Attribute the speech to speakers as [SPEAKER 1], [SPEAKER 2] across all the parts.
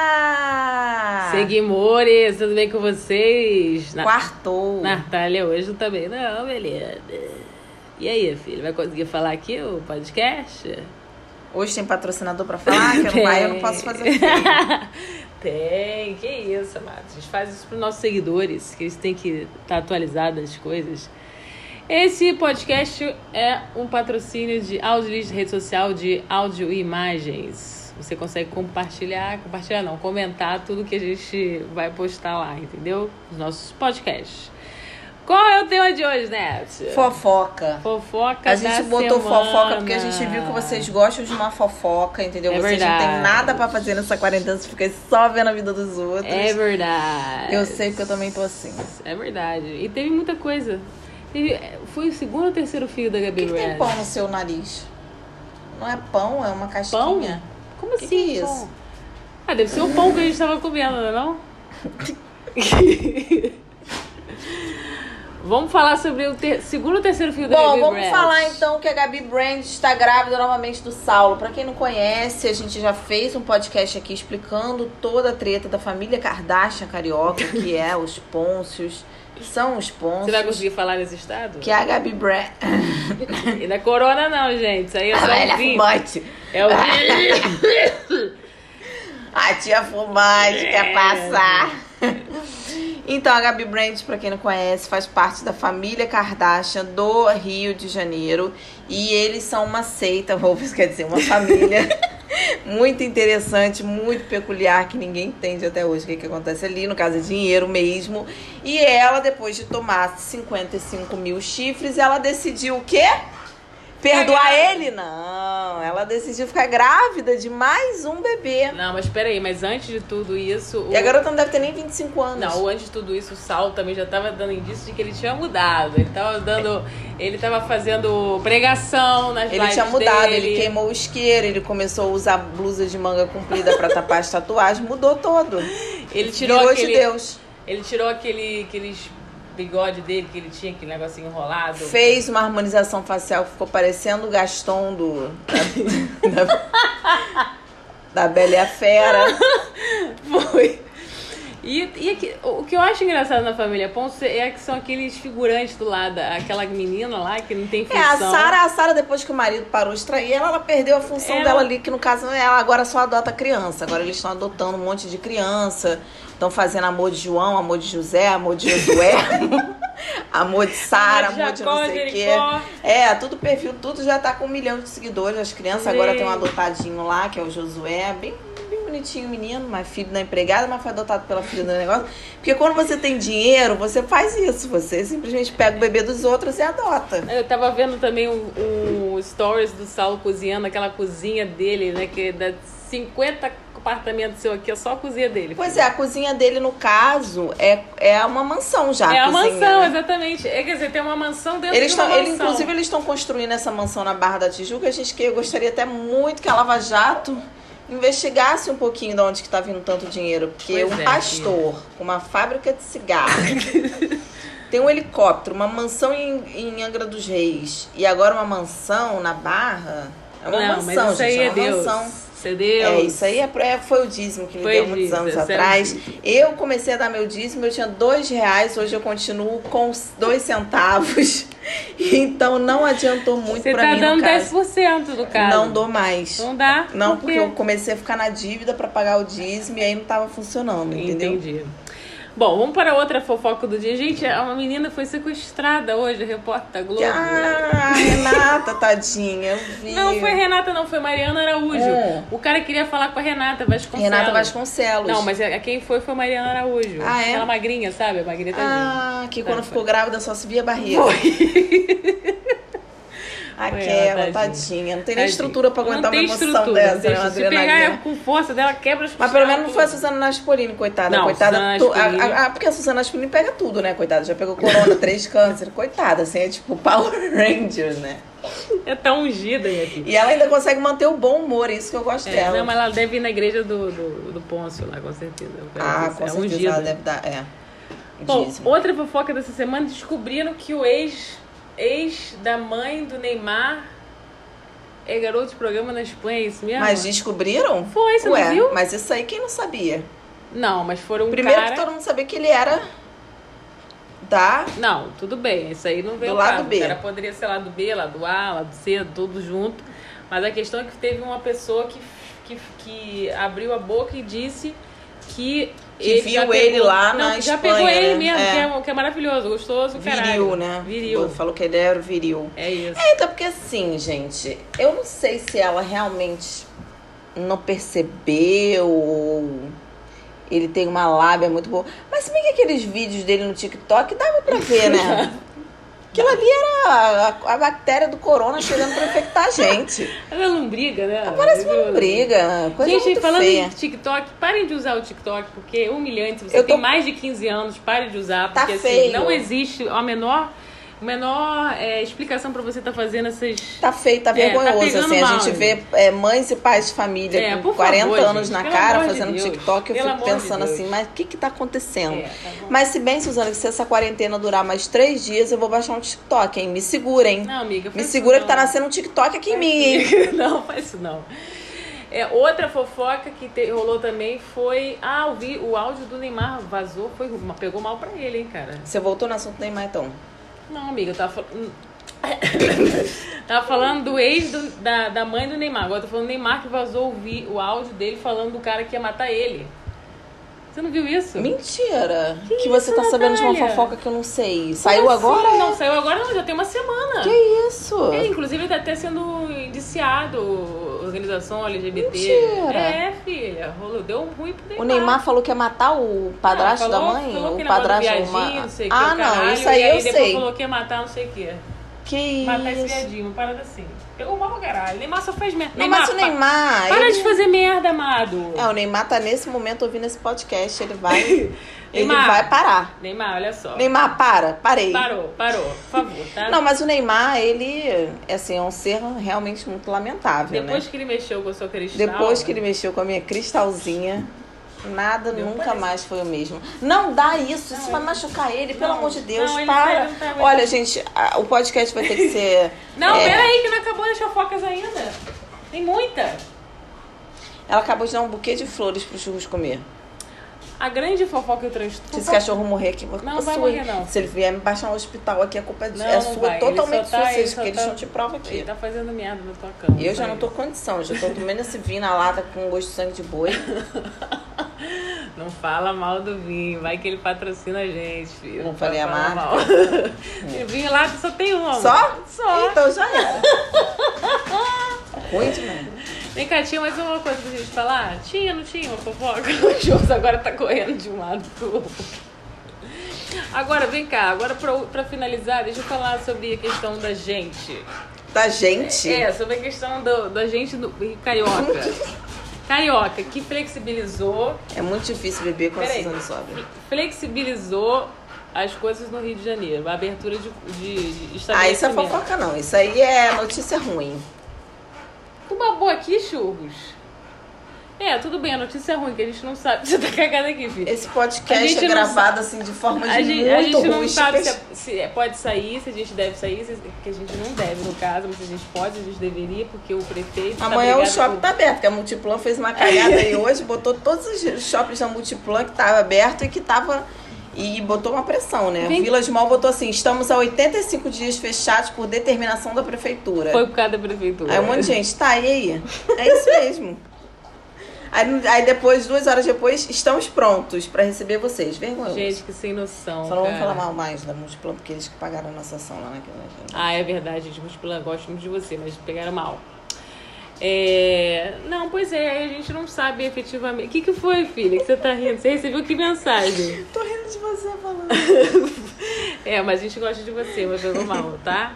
[SPEAKER 1] Alcoolizada!
[SPEAKER 2] Seguimores, tudo bem com vocês? Na-
[SPEAKER 1] Quartou.
[SPEAKER 2] Natália hoje também não, beleza. E aí, filho, vai conseguir falar aqui o podcast?
[SPEAKER 1] Hoje tem patrocinador pra falar, que eu não,
[SPEAKER 2] Tem.
[SPEAKER 1] vai, eu não posso fazer feio.
[SPEAKER 2] Tem, que isso, Amado. A gente faz isso pros nossos seguidores, que eles têm que estar atualizados as coisas. Esse podcast é um patrocínio de Audiolist Rede Social de áudio e imagens. Você consegue compartilhar, compartilhar não, comentar tudo que a gente vai postar lá, entendeu? Os nossos podcasts. Qual é o tema de hoje, Net?
[SPEAKER 1] Fofoca.
[SPEAKER 2] Fofoca
[SPEAKER 1] A gente
[SPEAKER 2] da
[SPEAKER 1] botou
[SPEAKER 2] semana.
[SPEAKER 1] fofoca porque a gente viu que vocês gostam de uma fofoca, entendeu?
[SPEAKER 2] É
[SPEAKER 1] vocês não têm
[SPEAKER 2] verdade.
[SPEAKER 1] nada pra fazer nessa quarentena, vocês ficam só vendo a vida dos outros.
[SPEAKER 2] É verdade.
[SPEAKER 1] eu sei porque eu também tô assim.
[SPEAKER 2] É verdade. E teve muita coisa. Teve- é, foi o segundo ou terceiro filho da
[SPEAKER 1] O que,
[SPEAKER 2] Gabi
[SPEAKER 1] que tem
[SPEAKER 2] Reyes?
[SPEAKER 1] pão no seu nariz? Não é pão, é uma
[SPEAKER 2] Pão?
[SPEAKER 1] casquinha.
[SPEAKER 2] Como
[SPEAKER 1] Que
[SPEAKER 2] assim?
[SPEAKER 1] que é
[SPEAKER 2] pão?
[SPEAKER 1] isso?
[SPEAKER 2] Ah, deve ser o pão que a gente tava comendo, não é não? Vamos falar sobre o ter- segundo ou terceiro filho da
[SPEAKER 1] Bom,
[SPEAKER 2] Gabi
[SPEAKER 1] vamos
[SPEAKER 2] Reyes.
[SPEAKER 1] falar então que a Gabi Brand está grávida novamente do Saulo. Pra quem não conhece, a gente já fez um podcast aqui explicando toda a treta da família Kardashian carioca, que é os Pôncios, que são os
[SPEAKER 2] Você vai
[SPEAKER 1] Pôncios,
[SPEAKER 2] conseguir falar nesse estado?
[SPEAKER 1] que a Gabi Brand,
[SPEAKER 2] E da corona não, gente. Isso aí é
[SPEAKER 1] a
[SPEAKER 2] só
[SPEAKER 1] velha
[SPEAKER 2] o vinho.
[SPEAKER 1] fumante,
[SPEAKER 2] É o vinho.
[SPEAKER 1] a tia fumante quer
[SPEAKER 2] É.
[SPEAKER 1] passar. Então, a Gabi Brand, pra quem não conhece, faz parte da família Kardashian do Rio de Janeiro. E eles são uma seita, ou quer dizer, uma família muito interessante, muito peculiar, que ninguém entende até hoje o que, que acontece ali. No caso, é dinheiro mesmo. E ela, depois de tomar 55 mil chifres, ela decidiu o quê? Perdoar
[SPEAKER 2] grávida.
[SPEAKER 1] ele? Não, ela decidiu ficar grávida de mais um bebê.
[SPEAKER 2] Não, mas peraí. Mas antes de tudo isso...
[SPEAKER 1] E a
[SPEAKER 2] o-
[SPEAKER 1] garota não deve ter nem 25 anos.
[SPEAKER 2] Não, antes de tudo isso, o Saulo também já tava dando indício de que ele tinha mudado. Ele tava dando. Ele tava fazendo pregação nas
[SPEAKER 1] Ele
[SPEAKER 2] lives
[SPEAKER 1] tinha mudado,
[SPEAKER 2] dele.
[SPEAKER 1] ele queimou o isqueiro, ele começou a usar blusa de manga comprida pra tapar as tatuagens, mudou todo.
[SPEAKER 2] Ele tirou
[SPEAKER 1] Virou de
[SPEAKER 2] aquele.
[SPEAKER 1] Deus.
[SPEAKER 2] Ele tirou aquele aqueles bigode dele que ele tinha, aquele negocinho enrolado.
[SPEAKER 1] Fez uma harmonização facial que ficou parecendo o Gaston do. da, da- da Bela e a Fera.
[SPEAKER 2] Foi. E, e aqui- o que eu acho engraçado na família Ponce é que são aqueles figurantes do lado, aquela menina lá que não tem
[SPEAKER 1] É,
[SPEAKER 2] função.
[SPEAKER 1] a Sara, a Sara, depois que o marido parou de trair, ela, ela perdeu a função
[SPEAKER 2] Ela-
[SPEAKER 1] dela ali, que no caso é ela agora só adota criança. Agora eles estão adotando um monte de criança. Estão fazendo amor de João, amor de José, amor de Josué, amor de Sara,
[SPEAKER 2] Mas
[SPEAKER 1] amor de
[SPEAKER 2] Jacó,
[SPEAKER 1] não sei o quê.
[SPEAKER 2] Jericó,
[SPEAKER 1] É, tudo perfil, tudo já tá com um milhão de seguidores. As crianças agora tem um
[SPEAKER 2] Gente.
[SPEAKER 1] adotadinho lá, que é o Josué. Bem, bem bonitinho o menino, mas filho da empregada, mas foi adotado pela filha do negócio. Porque quando você tem dinheiro, você faz isso. Você simplesmente pega o bebê dos outros e adota.
[SPEAKER 2] Eu tava vendo também o, o stories do Saulo cozinhando, aquela cozinha dele, né? Que dá 50 apartamentos seu aqui, é só a cozinha dele.
[SPEAKER 1] Pois é, a cozinha dele, no caso, é, é uma mansão já.
[SPEAKER 2] É a
[SPEAKER 1] cozinha,
[SPEAKER 2] mansão,
[SPEAKER 1] né?
[SPEAKER 2] exatamente. É, quer dizer, tem uma mansão dentro
[SPEAKER 1] Eles
[SPEAKER 2] de uma
[SPEAKER 1] estão, ele,
[SPEAKER 2] mansão.
[SPEAKER 1] inclusive, eles estão construindo essa mansão na Barra da Tijuca. A gente que eu gostaria até muito que a Lava Jato investigasse um pouquinho de onde que tá vindo tanto dinheiro, porque
[SPEAKER 2] Pois
[SPEAKER 1] um
[SPEAKER 2] é,
[SPEAKER 1] pastor com uma fábrica de cigarro tem um helicóptero, uma mansão em, em Angra dos Reis e agora uma mansão na Barra. É uma
[SPEAKER 2] Não,
[SPEAKER 1] mansão,
[SPEAKER 2] mas isso aí
[SPEAKER 1] gente, é
[SPEAKER 2] é
[SPEAKER 1] uma
[SPEAKER 2] Deus.
[SPEAKER 1] mansão.
[SPEAKER 2] Isso é Deus.
[SPEAKER 1] É, isso aí é, pro- é- foi o dízimo que me
[SPEAKER 2] Foi
[SPEAKER 1] deu
[SPEAKER 2] o
[SPEAKER 1] muitos
[SPEAKER 2] dízimo,
[SPEAKER 1] anos
[SPEAKER 2] isso era o
[SPEAKER 1] atrás. Eu comecei a dar meu dízimo, eu tinha dois reais, hoje eu continuo com s- dois centavos. Então não adiantou muito
[SPEAKER 2] Você
[SPEAKER 1] pra
[SPEAKER 2] tá
[SPEAKER 1] mim
[SPEAKER 2] dando
[SPEAKER 1] no caso.
[SPEAKER 2] 10% do caso.
[SPEAKER 1] Não dou mais.
[SPEAKER 2] Não dá?
[SPEAKER 1] Não,
[SPEAKER 2] Por
[SPEAKER 1] porque
[SPEAKER 2] quê?
[SPEAKER 1] eu comecei a ficar na dívida pra pagar o dízimo e aí não tava funcionando, entendeu?
[SPEAKER 2] Entendi. Bom, vamos para outra fofoca do dia. Gente, é uma menina foi sequestrada hoje, repórter da Globo.
[SPEAKER 1] Ah, Renata, tadinha, eu vi.
[SPEAKER 2] Não foi Renata, não, foi Mariana Araújo.
[SPEAKER 1] É.
[SPEAKER 2] O cara queria falar com a Renata Vasconcelos.
[SPEAKER 1] Renata Vasconcelos.
[SPEAKER 2] Não, mas a- quem foi foi Mariana Araújo.
[SPEAKER 1] Ah, é?
[SPEAKER 2] Aquela magrinha, sabe? A magrinha tadinha.
[SPEAKER 1] Ah, que
[SPEAKER 2] Não,
[SPEAKER 1] quando
[SPEAKER 2] É, foi.
[SPEAKER 1] ficou grávida só subia a barriga. Aquela,
[SPEAKER 2] Foi ela,
[SPEAKER 1] tadinha.
[SPEAKER 2] tadinha.
[SPEAKER 1] Não tem nem
[SPEAKER 2] Tadinha.
[SPEAKER 1] estrutura pra aguentar
[SPEAKER 2] não
[SPEAKER 1] uma
[SPEAKER 2] tem
[SPEAKER 1] emoção
[SPEAKER 2] estrutura,
[SPEAKER 1] dessa, né?
[SPEAKER 2] gente.
[SPEAKER 1] Uma
[SPEAKER 2] Se
[SPEAKER 1] adrenalina.
[SPEAKER 2] pegar é com força dela, quebra os
[SPEAKER 1] Mas pelo menos não foi a
[SPEAKER 2] tudo.
[SPEAKER 1] Suzana Naspolini, coitada.
[SPEAKER 2] Não,
[SPEAKER 1] coitada.
[SPEAKER 2] Suzana
[SPEAKER 1] tu- a-
[SPEAKER 2] Naspolini.
[SPEAKER 1] a- a- porque a Suzana Naspolini pega tudo, né, coitada? Já pegou corona, três câncer. Coitada, assim, é tipo Power Rangers, né?
[SPEAKER 2] É tão ungida, minha filha.
[SPEAKER 1] E ela ainda consegue manter o bom humor, isso que eu gosto
[SPEAKER 2] É,
[SPEAKER 1] dela.
[SPEAKER 2] não, mas ela deve ir na igreja do, do, do Pôncio lá, com certeza.
[SPEAKER 1] Ah, com
[SPEAKER 2] é
[SPEAKER 1] certeza
[SPEAKER 2] ungida.
[SPEAKER 1] ela deve dar. É.
[SPEAKER 2] Bom,
[SPEAKER 1] Dízimo.
[SPEAKER 2] outra fofoca dessa semana, descobriram que o ex, ex da mãe do Neymar é garoto de programa na Espanha, é isso mesmo?
[SPEAKER 1] Mas descobriram?
[SPEAKER 2] Foi, você
[SPEAKER 1] Ué,
[SPEAKER 2] não viu?
[SPEAKER 1] mas isso aí quem não sabia?
[SPEAKER 2] Não, mas foram um
[SPEAKER 1] Primeiro
[SPEAKER 2] cara...
[SPEAKER 1] que todo mundo sabia que ele era da.
[SPEAKER 2] Não, tudo bem, isso aí não veio
[SPEAKER 1] Do
[SPEAKER 2] ao
[SPEAKER 1] lado
[SPEAKER 2] caso.
[SPEAKER 1] B.
[SPEAKER 2] O cara poderia ser lá do B, lá do A, lá do C, tudo junto. Mas a questão é que teve uma pessoa que, que, que abriu a boca e disse que.
[SPEAKER 1] Que viu ele lá
[SPEAKER 2] não,
[SPEAKER 1] na
[SPEAKER 2] Já
[SPEAKER 1] Espanha,
[SPEAKER 2] pegou ele
[SPEAKER 1] né?
[SPEAKER 2] mesmo,
[SPEAKER 1] É.
[SPEAKER 2] que, é, que é maravilhoso, gostoso,
[SPEAKER 1] Viril,
[SPEAKER 2] caralho.
[SPEAKER 1] né?
[SPEAKER 2] Viril.
[SPEAKER 1] Falou que ele era viril.
[SPEAKER 2] É isso.
[SPEAKER 1] É, então, porque assim, gente, eu não sei se ela realmente não percebeu ou ele tem uma lábia muito boa. Mas se bem que aqueles vídeos dele no TikTok dava pra ver, né? Aquilo ali era a, a- a bactéria do corona chegando pra infectar a gente.
[SPEAKER 2] Ela não briga, né?
[SPEAKER 1] Parece
[SPEAKER 2] Viu?
[SPEAKER 1] uma briga, coisa
[SPEAKER 2] Gente,
[SPEAKER 1] muito
[SPEAKER 2] falando
[SPEAKER 1] feia.
[SPEAKER 2] em TikTok, parem de usar o TikTok, porque é humilhante. Se você
[SPEAKER 1] Eu tô-
[SPEAKER 2] tem mais de 15 anos, pare de usar,
[SPEAKER 1] Tá
[SPEAKER 2] porque assim,
[SPEAKER 1] feio.
[SPEAKER 2] não existe a menor, a menor é, explicação pra você tá fazendo essas.
[SPEAKER 1] Tá feio, tá
[SPEAKER 2] É, tá
[SPEAKER 1] vergonhoso,
[SPEAKER 2] pegando
[SPEAKER 1] assim. A
[SPEAKER 2] mal,
[SPEAKER 1] gente
[SPEAKER 2] né?
[SPEAKER 1] vê é, mães e pais de família
[SPEAKER 2] É,
[SPEAKER 1] com
[SPEAKER 2] por
[SPEAKER 1] 40
[SPEAKER 2] favor,
[SPEAKER 1] anos
[SPEAKER 2] gente,
[SPEAKER 1] na
[SPEAKER 2] pelo
[SPEAKER 1] cara
[SPEAKER 2] amor de
[SPEAKER 1] fazendo
[SPEAKER 2] Deus.
[SPEAKER 1] TikTok. Eu
[SPEAKER 2] Pelo
[SPEAKER 1] fico
[SPEAKER 2] amor de
[SPEAKER 1] pensando
[SPEAKER 2] Deus.
[SPEAKER 1] assim, mas o que que tá acontecendo?
[SPEAKER 2] É, tá bom.
[SPEAKER 1] Mas se bem, Suzana, que se essa quarentena durar mais três dias, eu vou baixar um TikTok, hein? Me segura, hein?
[SPEAKER 2] Não, amiga,
[SPEAKER 1] Me
[SPEAKER 2] faz
[SPEAKER 1] segura
[SPEAKER 2] isso
[SPEAKER 1] que tá
[SPEAKER 2] não.
[SPEAKER 1] nascendo um TikTok aqui em
[SPEAKER 2] Faz
[SPEAKER 1] mim, hein?
[SPEAKER 2] isso- Não, faz isso não. É, outra fofoca que te- rolou também foi. Ah, eu vi o áudio do Neymar vazou, foi, pegou mal pra ele, hein, cara.
[SPEAKER 1] Você voltou no assunto Neymar, então.
[SPEAKER 2] Não, amiga, eu tava falando. tava falando do ex do- da, da mãe do Neymar. Agora eu tô falando do Neymar que vazou o, vi- o áudio dele falando do cara que ia matar ele. Você não viu isso?
[SPEAKER 1] Mentira! Que, você tá sabendo de uma
[SPEAKER 2] Natália?
[SPEAKER 1] fofoca que eu não sei.
[SPEAKER 2] Como
[SPEAKER 1] Saiu
[SPEAKER 2] assim?
[SPEAKER 1] agora?
[SPEAKER 2] Não, saiu agora não, já tem uma semana.
[SPEAKER 1] Que isso?
[SPEAKER 2] É, inclusive ele tá até sendo indiciado, organização LGBT.
[SPEAKER 1] Mentira.
[SPEAKER 2] É, filha, rolou, deu um ruim pro Neymar.
[SPEAKER 1] O Neymar falou que ia matar o padrasto
[SPEAKER 2] Não, Ah, falou-
[SPEAKER 1] da mãe?
[SPEAKER 2] falou que
[SPEAKER 1] o
[SPEAKER 2] namorou
[SPEAKER 1] padrasto é
[SPEAKER 2] viadinho,
[SPEAKER 1] uma-
[SPEAKER 2] não sei o que,
[SPEAKER 1] Ah,
[SPEAKER 2] o
[SPEAKER 1] não,
[SPEAKER 2] caralho,
[SPEAKER 1] isso aí,
[SPEAKER 2] e aí
[SPEAKER 1] eu
[SPEAKER 2] depois
[SPEAKER 1] sei.
[SPEAKER 2] falou que ia matar não sei o que.
[SPEAKER 1] Que
[SPEAKER 2] Matar esse
[SPEAKER 1] isso?
[SPEAKER 2] viadinho, uma parada assim. Pegou mal pra caralho. Neymar só faz merda.
[SPEAKER 1] Não, mas o
[SPEAKER 2] pa-
[SPEAKER 1] Neymar.
[SPEAKER 2] Para
[SPEAKER 1] ele-
[SPEAKER 2] de fazer merda, amado.
[SPEAKER 1] É, o Neymar tá nesse momento ouvindo esse podcast. Ele vai. ele
[SPEAKER 2] Neymar.
[SPEAKER 1] vai parar.
[SPEAKER 2] Neymar, olha só.
[SPEAKER 1] Neymar, para, parei.
[SPEAKER 2] Parou, parou. Por favor, tá?
[SPEAKER 1] Não, mas o Neymar, ele é assim, é um ser realmente muito lamentável,
[SPEAKER 2] Depois
[SPEAKER 1] né?
[SPEAKER 2] que ele mexeu com a sua cristal...
[SPEAKER 1] Depois que ele mexeu com a minha cristalzinha, nada
[SPEAKER 2] Deu
[SPEAKER 1] nunca
[SPEAKER 2] parecido.
[SPEAKER 1] mais foi o mesmo. Não dá isso, isso
[SPEAKER 2] Não,
[SPEAKER 1] vai
[SPEAKER 2] ele-
[SPEAKER 1] machucar ele, pelo
[SPEAKER 2] Não,
[SPEAKER 1] amor de Deus,
[SPEAKER 2] não, ele
[SPEAKER 1] para.
[SPEAKER 2] vai- não vai-
[SPEAKER 1] Olha, gente, a- o podcast vai ter que ser.
[SPEAKER 2] Não,
[SPEAKER 1] é,
[SPEAKER 2] peraí, que não acabou as fofocas ainda. Tem muita.
[SPEAKER 1] Ela acabou de dar um buquê de flores pro churros comer.
[SPEAKER 2] A grande fofoca e o transtorno...
[SPEAKER 1] Se esse cachorro morrer aqui, vou
[SPEAKER 2] Não vai morrer, não.
[SPEAKER 1] Se ele vier me baixar no hospital aqui, a culpa é,
[SPEAKER 2] Não,
[SPEAKER 1] é
[SPEAKER 2] não
[SPEAKER 1] sua,
[SPEAKER 2] vai. Ele
[SPEAKER 1] totalmente
[SPEAKER 2] só tá-
[SPEAKER 1] sua,
[SPEAKER 2] ele
[SPEAKER 1] Cid,
[SPEAKER 2] só
[SPEAKER 1] porque eles
[SPEAKER 2] tá-
[SPEAKER 1] não te provam
[SPEAKER 2] Ele
[SPEAKER 1] aqui.
[SPEAKER 2] tá fazendo merda na tua cama. né?
[SPEAKER 1] E eu já
[SPEAKER 2] só
[SPEAKER 1] não tô
[SPEAKER 2] isso.
[SPEAKER 1] com condição, já tô tomando esse vinho na lata com gosto de sangue de boi.
[SPEAKER 2] Não fala mal do vinho. Vai que ele patrocina a gente, filho.
[SPEAKER 1] Não falei a
[SPEAKER 2] fala
[SPEAKER 1] marca.
[SPEAKER 2] mal. E vinho lá só tem um. amor.
[SPEAKER 1] Só?
[SPEAKER 2] Só.
[SPEAKER 1] Então já era. Ruim demais.
[SPEAKER 2] Vem cá, tinha mais uma coisa pra gente falar? Tinha, não tinha uma fofoca? O Josi agora tá correndo de um lado pro outro. Agora, vem cá, agora pra, pra finalizar, deixa eu falar sobre a questão da gente.
[SPEAKER 1] Da Tá, gente?
[SPEAKER 2] É, sobre a questão do- da gente do, e carioca. Carioca, que flexibilizou,
[SPEAKER 1] É muito difícil beber com a
[SPEAKER 2] Peraí.
[SPEAKER 1] Suzana Sobra.
[SPEAKER 2] flexibilizou as coisas no Rio de Janeiro, a abertura de, de, de
[SPEAKER 1] Ah, isso é
[SPEAKER 2] estabelecimento.
[SPEAKER 1] fofoca não. Isso aí é notícia ruim.
[SPEAKER 2] Tu babou aqui, churros? É, tudo bem, a notícia é ruim, que a gente não sabe. Você tá cagada aqui, filho.
[SPEAKER 1] Esse
[SPEAKER 2] A
[SPEAKER 1] podcast
[SPEAKER 2] gente
[SPEAKER 1] é
[SPEAKER 2] não
[SPEAKER 1] gravado assim de forma
[SPEAKER 2] A gente, a
[SPEAKER 1] muito
[SPEAKER 2] gente não sabe
[SPEAKER 1] rústicas.
[SPEAKER 2] se, é se pode sair, se a gente deve sair, se, que a gente não deve, no caso, mas se a gente pode, a gente deveria, porque o prefeito. tá
[SPEAKER 1] Amanhã o
[SPEAKER 2] brigado
[SPEAKER 1] shopping
[SPEAKER 2] com-
[SPEAKER 1] tá aberto, porque a Multiplan fez uma cagada aí hoje, botou todos os shoppings da Multiplan que tava aberto e que tava. E botou uma pressão, né?
[SPEAKER 2] Vem-
[SPEAKER 1] O Village Mall botou assim: estamos há 85 dias fechados por determinação da prefeitura.
[SPEAKER 2] Foi por causa da prefeitura.
[SPEAKER 1] Aí um monte de gente, tá, e aí? É isso mesmo. Aí, aí depois, duas horas depois, estamos prontos pra receber vocês. Vergonha.
[SPEAKER 2] Gente, que sem noção.
[SPEAKER 1] Só não vamos
[SPEAKER 2] cara.
[SPEAKER 1] falar mal mais da Multiplan, porque eles que pagaram a nossa ação lá naquela.
[SPEAKER 2] Ah, é verdade, gente. Multiplan, gosto muito de você, mas pegaram mal. É... Não, pois é, aí a gente não sabe efetivamente. O que, que foi, filha, que você tá rindo? Você recebeu que mensagem?
[SPEAKER 1] Tô rindo de você falando.
[SPEAKER 2] É, mas a gente gosta de você, mas pegou mal, tá?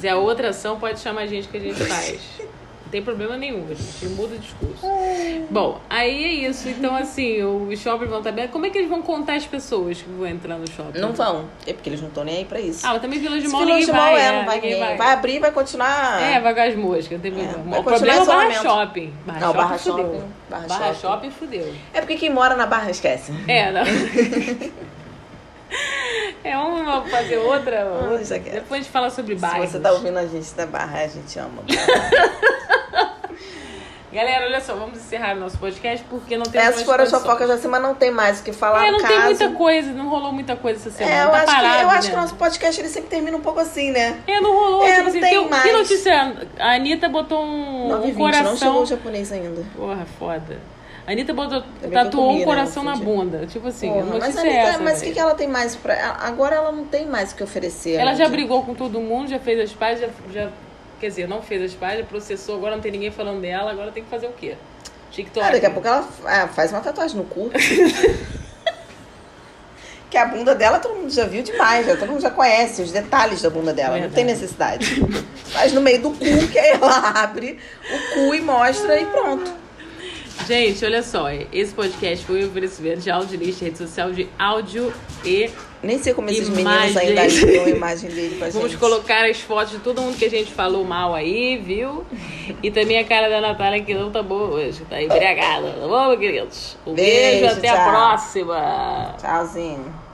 [SPEAKER 2] Se a outra ação pode chamar a gente que a gente faz. Não tem problema nenhum, a gente muda o discurso. Bom, aí é isso. Então, assim, os shoppings vão estar abertos. Como é que eles vão contar as pessoas que vão entrar no shopping?
[SPEAKER 1] Não vão. É porque eles não estão nem aí pra isso.
[SPEAKER 2] Ah, mas também Vila de
[SPEAKER 1] Se
[SPEAKER 2] Mall
[SPEAKER 1] Village
[SPEAKER 2] ninguém
[SPEAKER 1] Mall
[SPEAKER 2] vai,
[SPEAKER 1] é,
[SPEAKER 2] né?
[SPEAKER 1] não vai
[SPEAKER 2] Ninguém
[SPEAKER 1] ninguém. Vai abrir e vai continuar.
[SPEAKER 2] É, vai com as moscas, não tem problema.
[SPEAKER 1] vai
[SPEAKER 2] o
[SPEAKER 1] continuar
[SPEAKER 2] problema é o Barra
[SPEAKER 1] isolamento.
[SPEAKER 2] Shopping. Barra
[SPEAKER 1] Não,
[SPEAKER 2] Shopping
[SPEAKER 1] Barra
[SPEAKER 2] fudeu.
[SPEAKER 1] Shopping, Barra
[SPEAKER 2] Barra
[SPEAKER 1] Shopping.
[SPEAKER 2] Shopping fudeu.
[SPEAKER 1] É porque quem mora na barra esquece.
[SPEAKER 2] É, não. É uma pra fazer outra.
[SPEAKER 1] Ah, já quero.
[SPEAKER 2] Depois a gente fala sobre
[SPEAKER 1] Se
[SPEAKER 2] bairros.
[SPEAKER 1] você tá ouvindo a gente da barra, a gente ama.
[SPEAKER 2] Galera, olha só, vamos encerrar nosso podcast porque não tem
[SPEAKER 1] Essas
[SPEAKER 2] mais
[SPEAKER 1] foram as
[SPEAKER 2] condições.
[SPEAKER 1] fofocas da semana, não tem mais o que falar
[SPEAKER 2] É,
[SPEAKER 1] no
[SPEAKER 2] não
[SPEAKER 1] caso.
[SPEAKER 2] tem muita coisa, não rolou muita coisa essa semana.
[SPEAKER 1] É, eu,
[SPEAKER 2] tá
[SPEAKER 1] acho,
[SPEAKER 2] parado,
[SPEAKER 1] que, eu acho
[SPEAKER 2] né?
[SPEAKER 1] que o nosso podcast ele sempre termina um pouco assim, né?
[SPEAKER 2] É, não rolou.
[SPEAKER 1] É,
[SPEAKER 2] tipo
[SPEAKER 1] não
[SPEAKER 2] assim,
[SPEAKER 1] tem
[SPEAKER 2] que- que,
[SPEAKER 1] mais.
[SPEAKER 2] notícia? A Anitta botou um,
[SPEAKER 1] 9
[SPEAKER 2] um
[SPEAKER 1] e 20, não chegou
[SPEAKER 2] coração.
[SPEAKER 1] o japonês ainda.
[SPEAKER 2] Porra, foda. A Anitta botou,
[SPEAKER 1] que eu
[SPEAKER 2] tatuou
[SPEAKER 1] comi,
[SPEAKER 2] um
[SPEAKER 1] né,
[SPEAKER 2] coração na
[SPEAKER 1] gente?
[SPEAKER 2] bunda. Tipo assim,
[SPEAKER 1] Porra,
[SPEAKER 2] a notícia
[SPEAKER 1] mas a
[SPEAKER 2] é
[SPEAKER 1] Anitta-
[SPEAKER 2] essa.
[SPEAKER 1] mas o
[SPEAKER 2] velho.
[SPEAKER 1] que, que ela tem mais pra. a- Agora ela não tem mais o que oferecer.
[SPEAKER 2] Ela
[SPEAKER 1] né,
[SPEAKER 2] já
[SPEAKER 1] gente?
[SPEAKER 2] brigou com todo mundo, já fez as pazes, já, já- Quer dizer, não fez as pazes, já processou, agora não tem ninguém falando dela, agora tem que fazer o quê? TikTok. né?
[SPEAKER 1] Ah, daqui a pouco ela ah, faz uma tatuagem no cu. que a bunda dela todo mundo já viu demais, já, todo mundo já conhece os detalhes da bunda dela, não tem
[SPEAKER 2] Verdade.
[SPEAKER 1] necessidade. Faz no meio do cu, que aí ela abre o cu e mostra e pronto.
[SPEAKER 2] Gente, olha só, esse podcast foi um oferecimento de áudio list, rede social de áudio e
[SPEAKER 1] Nem sei como esses meninos
[SPEAKER 2] Ah, Imagem.
[SPEAKER 1] ainda ligam a imagem dele pra
[SPEAKER 2] Vamos
[SPEAKER 1] gente.
[SPEAKER 2] colocar as fotos de todo mundo que a gente falou mal aí, viu? E também a cara da Natália que não tá boa hoje, tá embriagada, tá bom, queridos? Um beijo,
[SPEAKER 1] Beijo,
[SPEAKER 2] até a
[SPEAKER 1] tchau.
[SPEAKER 2] próxima!
[SPEAKER 1] Tchauzinho.